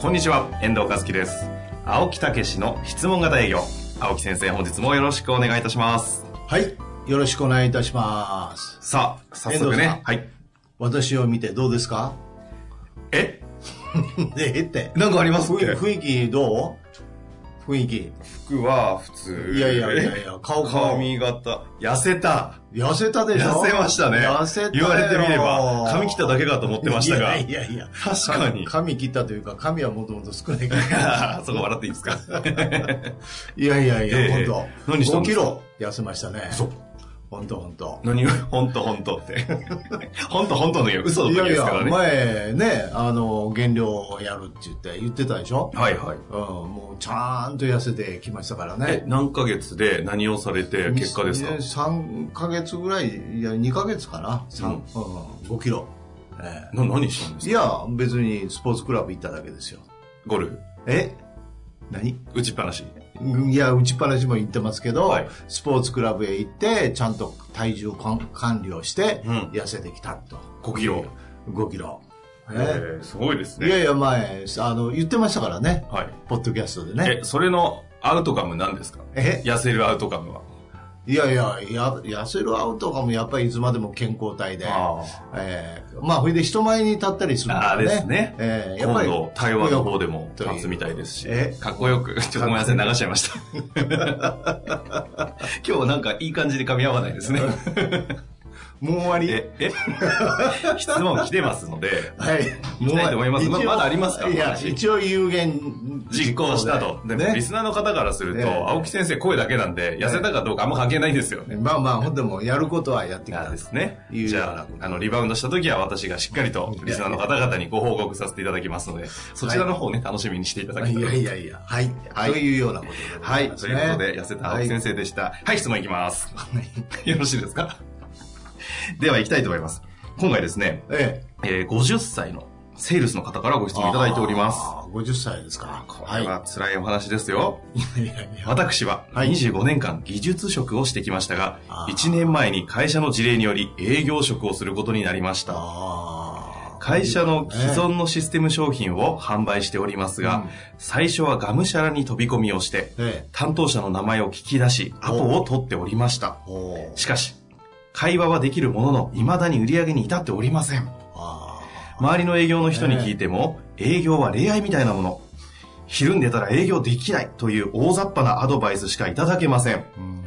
こんにちは、遠藤和樹です。青木武しの質問型営業。青木先生、本日もよろしくお願いいたします。はい。よろしくお願いいたします。さあ、早速遠藤さねん。はい。私を見てどうですか えええって。なんかありますっけ雰雰囲気どう雰囲気。服は普通。いやいやいやいや、顔顔。髪型。痩せた。痩せたでしょ痩せましたね。痩せたよ言われてみれば、髪切っただけかと思ってましたが。いやいやいや。 確かに。髪切ったというか、髪はもともと少ないから。 そこ笑っていい ですかいやい やいや、ええ本当。何したん5でキすかロ痩せましたね。嘘。本当本当。何を、本当本当って。 本当本当の時は嘘のい時やいですやから、ね。前ね、あの、減量をやるって言って、言ってたでしょはいはい。うん、もうちゃんと痩せてきましたからえね、。何ヶ月で何をされて結果ですか ?3 ヶ月ぐらい、いや、2ヶ月かな。三うん、5キロ。えな何したんでえすいかや、別にスポーツクラブ行っただけですよ。ゴルフえ何打ちっぱなしいや、打ちっぱなしも行ってますけど、はいスポーツクラブへ行って、ちゃんと体重管管理をして、うん痩せてきたと。 5キロ5キロ。ええーすごいですいやねいや、前、あの、言ってましたからね。はいポッドキャストでねえ。それのアウトカム何ですかえ痩せるアウトカムはいやいや、や痩せるアウトかもやっぱりいつまでも健康体で。あえーまあ、ほいで人前に立ったりするからあーね。ですねえーやっ今ぱり。度台湾の方でもという立つみたいですしえかっこよくちょっとごめんなさい流しちゃいました 今日なんかいい感じに噛み合わないですねもう終わりええ質問来てますのではい。行きたいと思いますま一応まだありますかいおや、話一応有言実行したと。ででも、リね。スナーの方からするえと、え青木先生声だけなんで、痩せたかどうかあんま関係ないんですよね。まあまあ、ほんでもやることはやってきなたんですね。いうじゃあ、あの、リバウンドした時は私がしっかりとリスナーの方々にご報告させていただきますので、そちらの方をね、楽しみにしていただきいたやい。いやいや、はい。はいというようなことでごはざいい。ますとね。いうことで、痩せた青木先生でした。はい、質問いきます。よろしいですかでは、いきたいと思います。今回ですね、はい。ええ。えー50歳のセールスの方からご質問いただいております。あー。50歳ですか。これは辛いお話ですよ。い。いやいや私ははい25年間技術職をしてきましたが、あー1年前に会社の事例により営業職をすることになりました。あー会社の既存のシステム商品を販売しておりますが、うん最初はがむしゃらに飛び込みをして、ええ。担当者の名前を聞き出し、アポを取っておりました。おーしかし、会話はできるものの、未だに売り上げに至っておりません。あ周りの営業の人に聞いても、営業は恋愛みたいなもの。ひるんでたら営業できないという大雑把なアドバイスしかいただけません。ーうん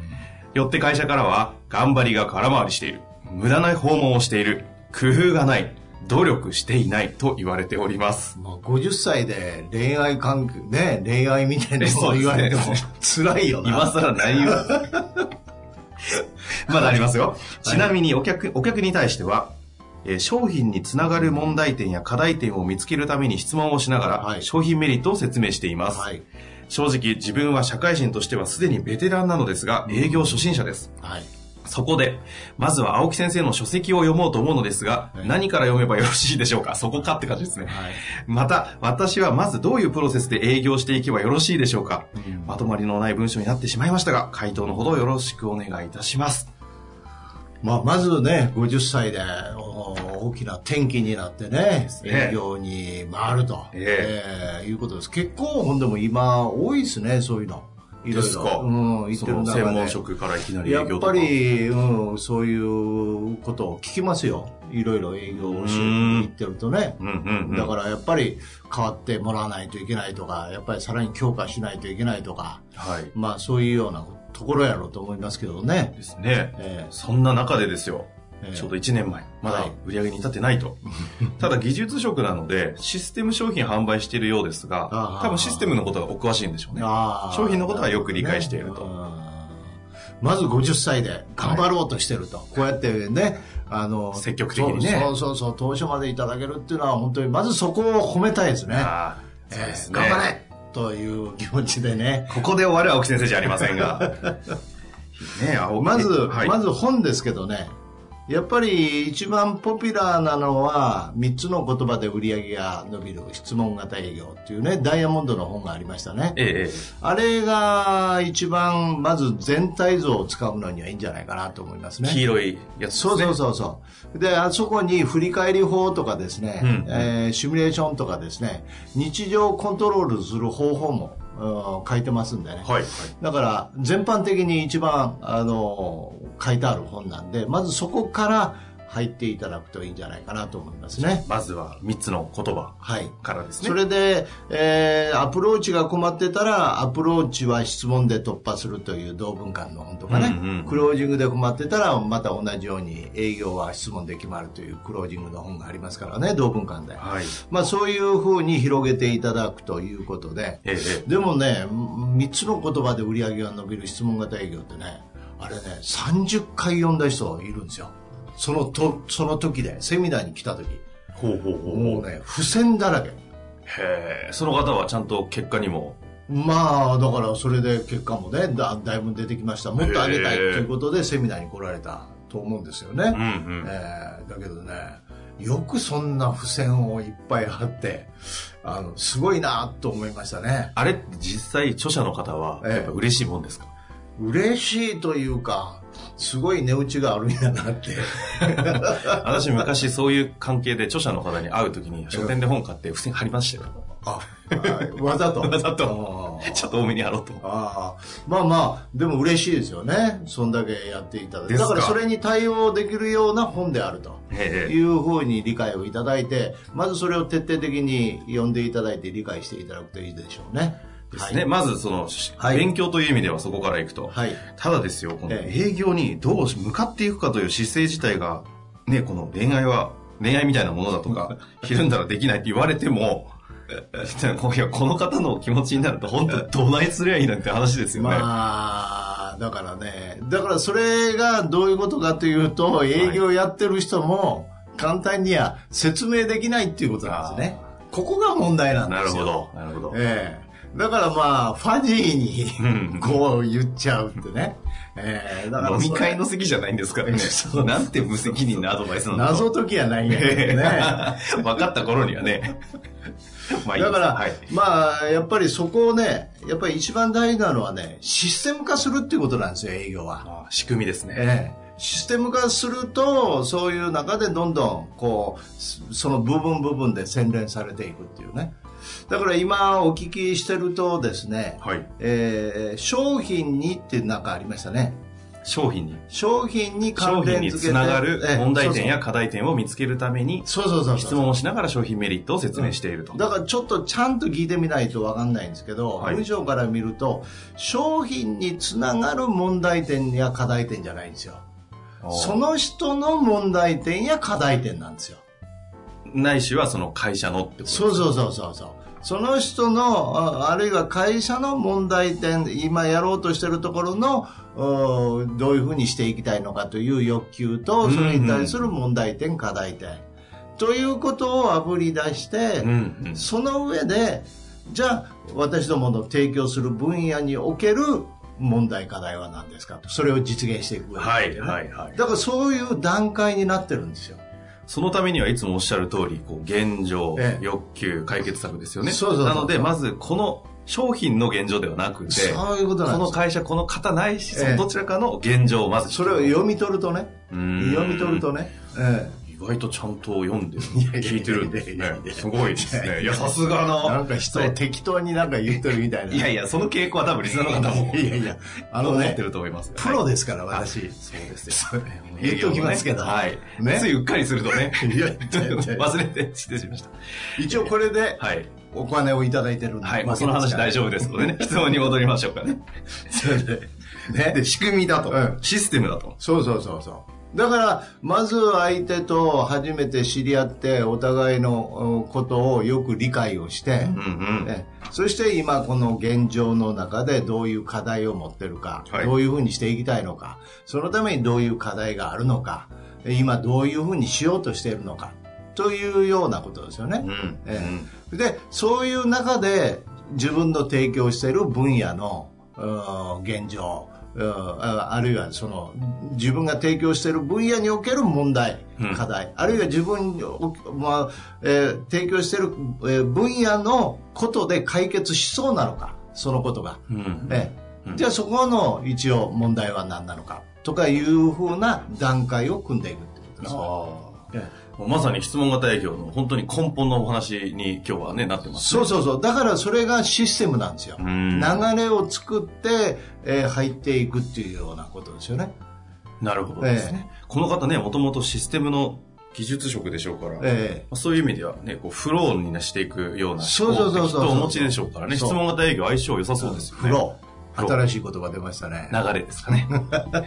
よって会社からは、頑張りが空回りしている。無駄な訪問をしている。工夫がない。努力していないと言われております。まあ、50歳で恋愛関係、ね、恋愛みたいなことを言われてもそうで辛いよな。今更内容。 まだありますよ。ちなみにお客、お客に対しては、えー商品につながる問題点や課題点を見つけるために質問をしながら、はい商品メリットを説明しています。はい。正直自分は社会人としてはすでにベテランなのですが営業初心者ですはい。そこでまずは青木先生の書籍を読もうと思うのですが、はい何から読めばよろしいでしょうかそこかって感じですねはい。また私はまずどういうプロセスで営業していけばよろしいでしょうかうんまとまりのない文章になってしまいましたが回答のほどよろしくお願いいたしますまあ、まずね、50歳でお大きな転機になってね、ね営業に回ると、ええーいうことです。結構、ほんでも今、多いですね、そういうの。いろいろ。うん、言ってそるの中で専門職からいきなり営や業とっかぱり、うん、そういうことを聞きますよ。いろいろ営業をしうん行ってるとね。うんうんうんだからやっぱり変わってもらわないといけないとか、やっぱりさらに強化しないといけないとか、はいまあそういうようなところやろうと思いますけどね。ですねえそんな中でですよえええちょうど1年前、まはだい売り上げに至ってない と。ただ技術職なので、システム商品販売しているようですがあ、あ多分システムのことがお詳しいんでしょうね。あー商品のことはよく理解しているとうんまず50歳で頑張ろうとしてると。こうやってね、あの、積極的にねそうそうそう、投資までいただけるっていうのは本当に、まずそこを褒めたいですね。ああ、そうですね。えー頑張れという気持ちでね。ここで終わる青木先生じゃありません が。ね青木まず、はいまず本ですけどね。やっぱり一番ポピュラーなのは3つの言葉で売り上げが伸びる質問型営業っていうねダイヤモンドの本がありましたねええええあれが一番まず全体像を使うのにはいいんじゃないかなと思いますね黄色いやつ、そうそうそうそう。で、あそこに振り返り法とかですね、うんえーシミュレーションとかですね、日常をコントロールする方法も、うん書いてますんでね。はい。だから、全般的に一番、あの、書いてある本なんで、まずそこから入っていただくといいんじゃないかなと思いますね。まずは3つの言葉はい。からですね。それで、えーアプローチが困ってたら、アプローチは質問で突破するという同文間の本とかね、うんうんクロージングで困ってたら、また同じように営業は質問で決まるというクロージングの本がありますからね、同文間で。はい。まあそういうふうに広げていただくということで、ええでもね、3つの言葉で売り上げが伸びる質問型営業ってね、あれね、30回読んだ人いるんですよ。そのと、その時で、セミナーに来た時。ほうほうほうもうね、付箋だらけ。へえ、その方はちゃんと結果にも。まあだからそれで結果もねだだいぶ出てきましたもっと上げたいということでセミナーに来られたと思うんですよね、うんうん。えーだけどねよくそんな付箋をいっぱい貼ってあのすごいなと思いましたねあれって実際著者の方はええやっぱ嬉しいもんですか、嬉しいというかすごい値打ちがあるんやなって 私昔そういう関係で著者の方に会うときに書店で本買って付箋貼りま したよ。ああわざと わざとちょっと多めに貼ろうと思って。ああまあまあでも嬉しいですよねそんだけやっていただいてですだかからそれに対応できるような本であるとええいうふうに理解をいただいてまずそれを徹底的に読んでいただいて理解していただくといいでしょうねですね。はいまずその、しはい勉強という意味ではそこから行くと。はいただですよ、このえ営業にどう向かっていくかという姿勢自体が、ね、この恋愛は、恋愛みたいなものだと か、ひるんだらできないって言われても、 いやこの方の気持ちになると、本当どないすりゃいいなんて話ですよね。まあだからねだからそれがどういうことかというと営業やってる人も簡単には説明できないっていうことなんですねここが問題なんでなるすほよど。なるほど。ええだからまあファジーにうんこう言っちゃうってね。えー、だから飲み会の席じゃないんです からね。なんて無責任なアドバイスなんだろ謎う。解きやないんやけどね。 分かった頃には ね。まあいいだから、はい。まあ、やっぱりそこをね、やっぱり一番大事なのはね、システム化するっていうことなんですよ、営業は。あ仕組みですね。ええシステム化すると、そういう中でどんどん、こう、すその部分部分で洗練されていくっていうね。だから今お聞きしてるとですね、はい。えー商品にってなんかありましたね。商品に。商品に商関品連に付けつてながるええ問題点や課題点を見つけるために、そうそうそうそう質問をしながら商品メリットを説明していると。だからちょっとちゃんと聞いてみないとわかんないんですけど、はい文章から見ると商品につながる問題点や課題点じゃないんですよおーその人の問題点や課題点なんですよないしはその会社のってことですそうそうそうそうそうその人のああるいは会社の問題点今やろうとしてるところのうんどういうふうにしていきたいのかという欲求とそれに対する問題点、課題点ということをあぶり出して、うんうん。その上で、じゃあ、私どもの提供する分野における問題課題は何ですかと。それを実現していく上ではいはいはい。だからそういう段階になってるんですよ。そのためにはいつもおっしゃる通り、こう、現状、ええ欲求、解決策ですよね。そうそうそうなので、まず、この商品の現状ではなくて、そういうことこなんでのすよ。会社、この方ないし、ええそのどちらかの現状をまず。それを読み取るとね、うん読み取るとね、え意外とちゃんと読んでる。 やいやいや聞いてるんですね。すごいですね。いや、さすがえの。なんか人を適当になんか言ってるみたいな。いやいや、その傾向は多分リスナーの方も。いやいや、あの思っねて、ると思います。プロで、ですから、私。そうですよ。言っときますけどはい。ねついうっかりするとね。いやいやいや 忘れて、失礼しました。一応これではい。お金をいただいてるんではい。まあ、その話大丈夫ですの でね。質問に戻りましょうかね。それで。ね。で、仕組みだとうん。システムだと。そうそうそうそう。だから、まず相手と初めて知り合って、お互いのうんことをよく理解をして、うんうん。ねそして今この現状の中でどういう課題を持ってるか、はいどういうふうにしていきたいのか、そのためにどういう課題があるのか、今どういうふうにしようとしているのかというようなことですよね。うんえでそういう中で自分の提供している分野のうん現状うんああるいはその自分が提供している分野における問題、うん課題あるいは自分にお、まあえー提供している、えー分野のことで解決しそうなのかそのことが、うんうんええうんじゃあそこの一応問題は何なのかとかいうふうな段階を組んでいくってことですねあえあえまさに質問型営業の本当に根本のお話に今日はねなってますねそうそうそう。だからそれがシステムなんですよ。うん流れを作って、えー入っていくっていうようなことですよね。なるほどですね、この方ねもともとシステムの技術職でしょうから、えまあそういう意味ではねこうフローにしていくようなそうそうそうそう人をお持ちでしょうからね質そう問型営業相性良さそうですよねフロフロー。ー新しい言葉出ましたね。流れですかね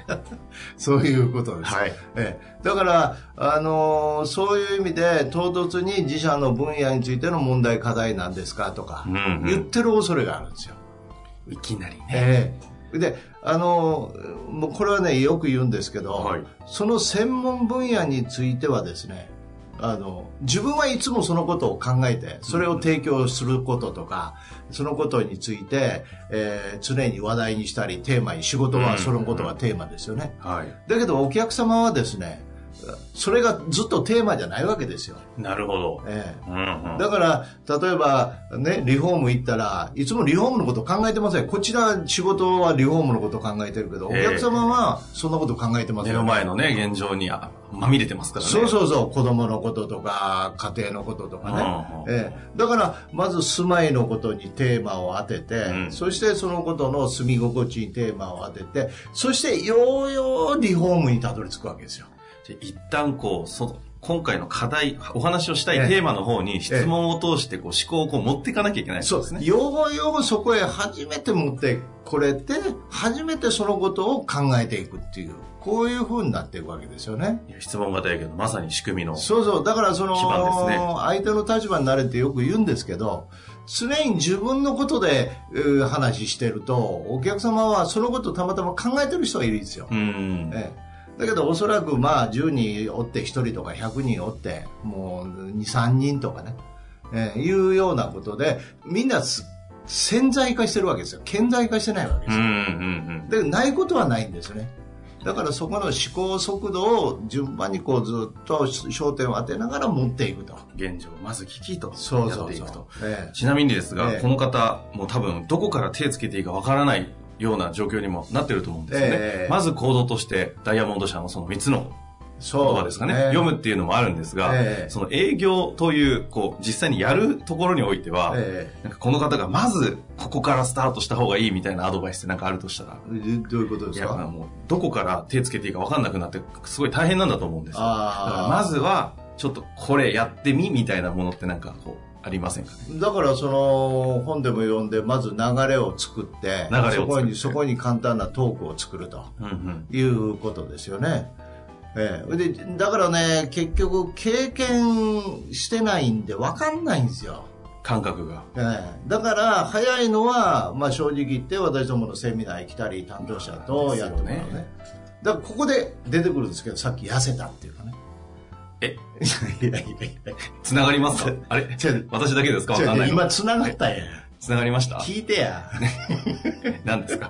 そういうことです。はいええだから、あのーそういう意味で唐突に自社の分野についての問題課題なんですかとかうん、うん言ってる恐れがあるんですよ。いきなりねええであのもうこれはねよく言うんですけど、はいその専門分野についてはですねあの自分はいつもそのことを考えてそれを提供することとか、そのことについて、えー常に話題にしたりテーマに仕事うはんそのことがテーマですよね、はいだけどお客様はですねそれがずっとテーマじゃないわけですよ、なるほど、ええうんうんだから、例えば、ね、リフォーム行ったら、いつもリフォームのこと考えてません。こちら仕事はリフォームのこと考えてるけど、おええ客様はそんなこと考えてませ目ん、の前のね現状にあまみれてますからねそうそうそう、子供のこととか、家庭のこととかね。うんええだから、まず住まいのことにテーマを当てて、うんそしてそのことの住み心地にテーマを当てて、そしてようようリフォームにたどり着くわけですよ。じゃあ一旦こうそ今回の課題お話をしたええいテーマの方に質問を通してこう思考をこう持っていかなきゃいけないそうですね。ようようそこへ初めて持ってこれて、初めてそのことを考えていくっていう、こういう風になっていくわけですよね。いや質問型営業のまさに仕組みのそうそう。だからその、基盤ですね相手の立場になれってよく言うんですけど、常に自分のことで、えー話してると、お客様はそのことたまたま考えてる人がいるんですよ。うんええだけどおそらくまあ10人おって1人とか100人おってもう23人とかね、ええいうようなことでみんなす潜在化してるわけですよ顕在化してないわけでうんうすよ、んでないことはないんですねだからそこの思考速度を順番にこうずっと焦点を当てながら持っていくとうん現状をまず聞きとそうやそっうていそくとう、えちなみにですが、ええこの方もう多分どこから手つけていいかわからないような状況にもなってると思うんですよね、ええまず行動としてダイヤモンド社のその3つのえ言そ葉ですかね読むっていうのもあるんですが、ええその営業というこう実際にやるところにおいては、えなんかこの方がまずここからスタートした方がいいみたいなアドバイスってなんかあるとしたら、えどういうことでいすやかもうどこから手つけていいか分かんなくなってすごい大変なんだと思うんですよだあーからまずはちょっとこれやってみみたいなものってなんかこうありませんかねだからその本でも読んでまず流れを作って流れを作ってそこにそこに簡単なトークを作るとうんうんいうことですよね。ええ、でだからね結局経験してないんで分かんないんですよ。感覚がええ、だから早いのは、まあ、正直言って私どものセミナー来たり担当者とやってもらうですよねね。だからここで出てくるんですけどさっき痩せたっていうかね。えいやいやいやいやつながりますかあれ違う私だけですか分かん違うない今つながったんやつながりました聞いてや。何です か、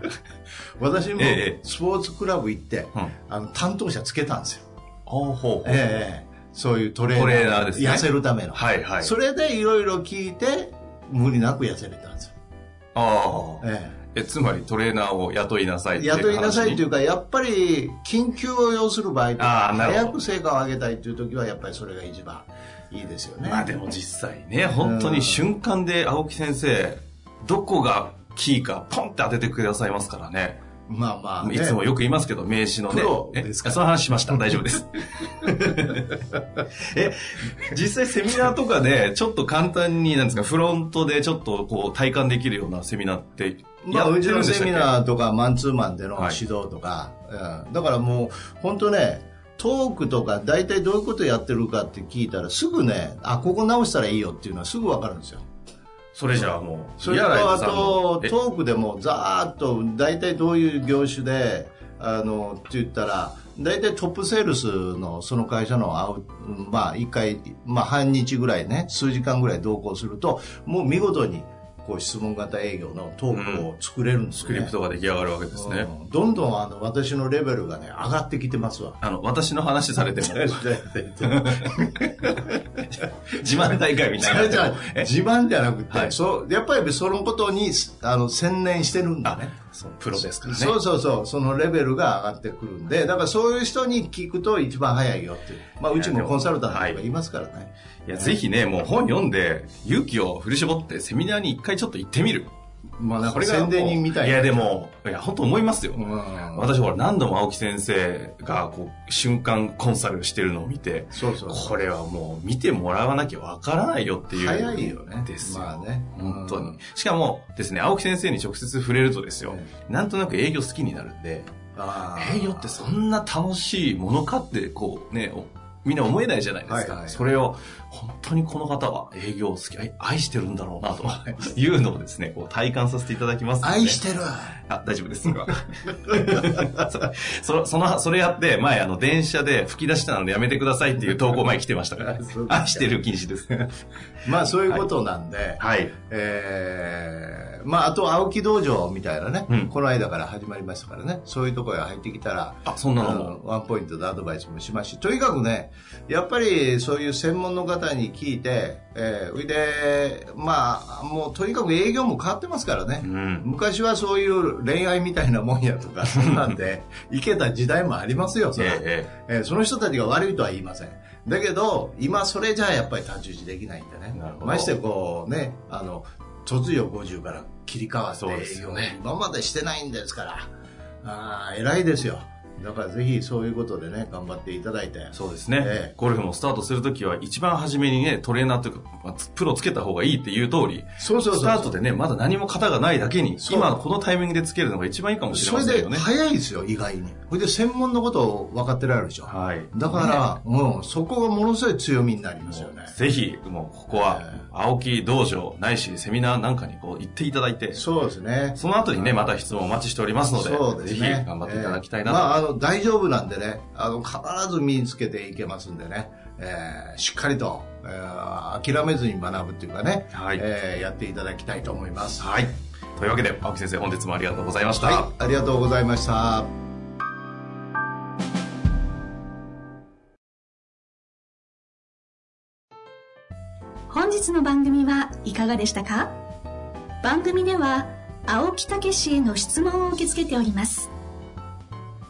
私もええスポーツクラブ行って、うん、あの担当者つけたんですよ、ほうほう、ええそういうトレーナートレーナーですね痩せるための、はいはいそれでいろいろ聞いて無理なく痩せれたんですよ、ああええつまりトレーナーを雇いなさいえっていう話雇にいなさいというかやっぱり緊急を要する場合とあかあなるほど早く成果を上げたいという時はやっぱりそれが一番いいですよね、まあでも実際ね、本当に瞬間で青木先生、どこがキーかポンって当ててくださいますからね。まあまあ、ね、いつもよく言いますけど、名刺のね。プロですかえらその話しました。大丈夫 です。え、実際セミナーとかで、ちょっと簡単に、なんですか、フロントでちょっとこう体感できるようなセミナーって、まあ、うちのセミー。ナーとかマンツーマンでのはい指導とか、うん、だからもう本当ねトークとか大体どういうことやってるかって聞いたらすぐねあここ直したらいいよっていうのはすぐ分かるんですよそれじゃあもう、それいやライとあブさんのとえトークでもざーっと大体どういう業種であのって言ったら大体トップセールスのその会社のアウまあ一回、まあ半日ぐらいね、数時間ぐらい同行すると、もう見事にこう質問型営業のトークを作れるんですスよクね。リプトが出来上がるわけですね。うんどんどんあの私のレベルがね、上がってきてま すわ。あの、私の話され ても、自慢大会みそたいれにじゃなあっても。え自慢じゃなくて、はいそうやっぱりそのことにあの専念してるんだね。そうプロですからね。そうそうそう、そのレベルが上がってくるんで、だからそういう人に聞くと一番早いよっていう。まあ、うちもコンサルタントがいますからね。いや、ぜひね、もう本読んで、勇気を振り絞って、セミナーに一回ちょっと行ってみる。まあ、なんこかれが宣伝人みたいな。いや、でも、いや、本当思いますよ。うん、私、ほら、何度も青木先生が、こう、瞬間コンサルしてるのを見て、そうそう。これはもう、見てもらわなきゃわからないよっていう。早いよね。ですよ。まあね。本当に。しかもですね、青木先生に直接触れるとですよ、なんとなく営業好きになるんで、営業ってそんな楽しいものかって、こうね、おみんな思えないじゃないですか。はいはいそれを、本当にこの方は営業好き、愛愛してるんだろうな、と いうのをですね、こう体感させていただきますので。愛してるあ、大丈夫です。それは そその、その、それやって、前、あの、電車で吹き出したのでやめてくださいっていう投稿前来てましたから、ねそうです、か愛してる禁止です。 まあそういうことなんで、はい。えーまああと青木道場みたいなね、うんこの間から始まりましたからね、そういうところへ入ってきたら、あ、そんなあのも。のワンポイントでアドバイスもしますし、とにかくね、やっぱりそういう専門の方に聞いて、えー、それで、まあ、もうとにかく営業も変わってますからね。うん。昔はそういう恋愛みたいなもんやとか、そんな んで、いけた時代もありますよ、そえれはええええーその人たちが悪いとは言いません。だけど、今それじゃあやっぱり太刀打ちできないんでねなるほ。どましてこうね、あの、卒業50から切り替わってそうですよね今までしてないんですから、ああ、偉いですよ。だからぜひそういうことでね、頑張っていただいて。そうですね、ええゴルフもスタートするときは一番初めにね、トレーナーというか、まあつプロつけた方がいいっていう通り、そうそうそう。スタートでね、まだ何も型がないだけに、そう今このタイミングでつけるのが一番いいかもしれそまれせんでよね。早いですよ、意外に。それで専門のことを分かってられるでしょ。はい。だから、うん、そこがものすごい強みになりますよね。ぜひ、もうここはええ、青木道場ないし、セミナーなんかにこう行っていただいて、そうですね。その後にね、また質問お待ちしておりますので、そうですねぜひ頑張っていただきたいなえと。ーまあ、あの大丈夫なんでねあの必ず身につけていけますんでね、えーしっかりと、えー諦めずに学ぶっていうかね、はいえーやっていただきたいと思いますはい。というわけで、青木先生、本日もありがとうございました。はい、ありがとうございました本日の番組はいかがでしたか番組では青木武氏への質問を受け付けております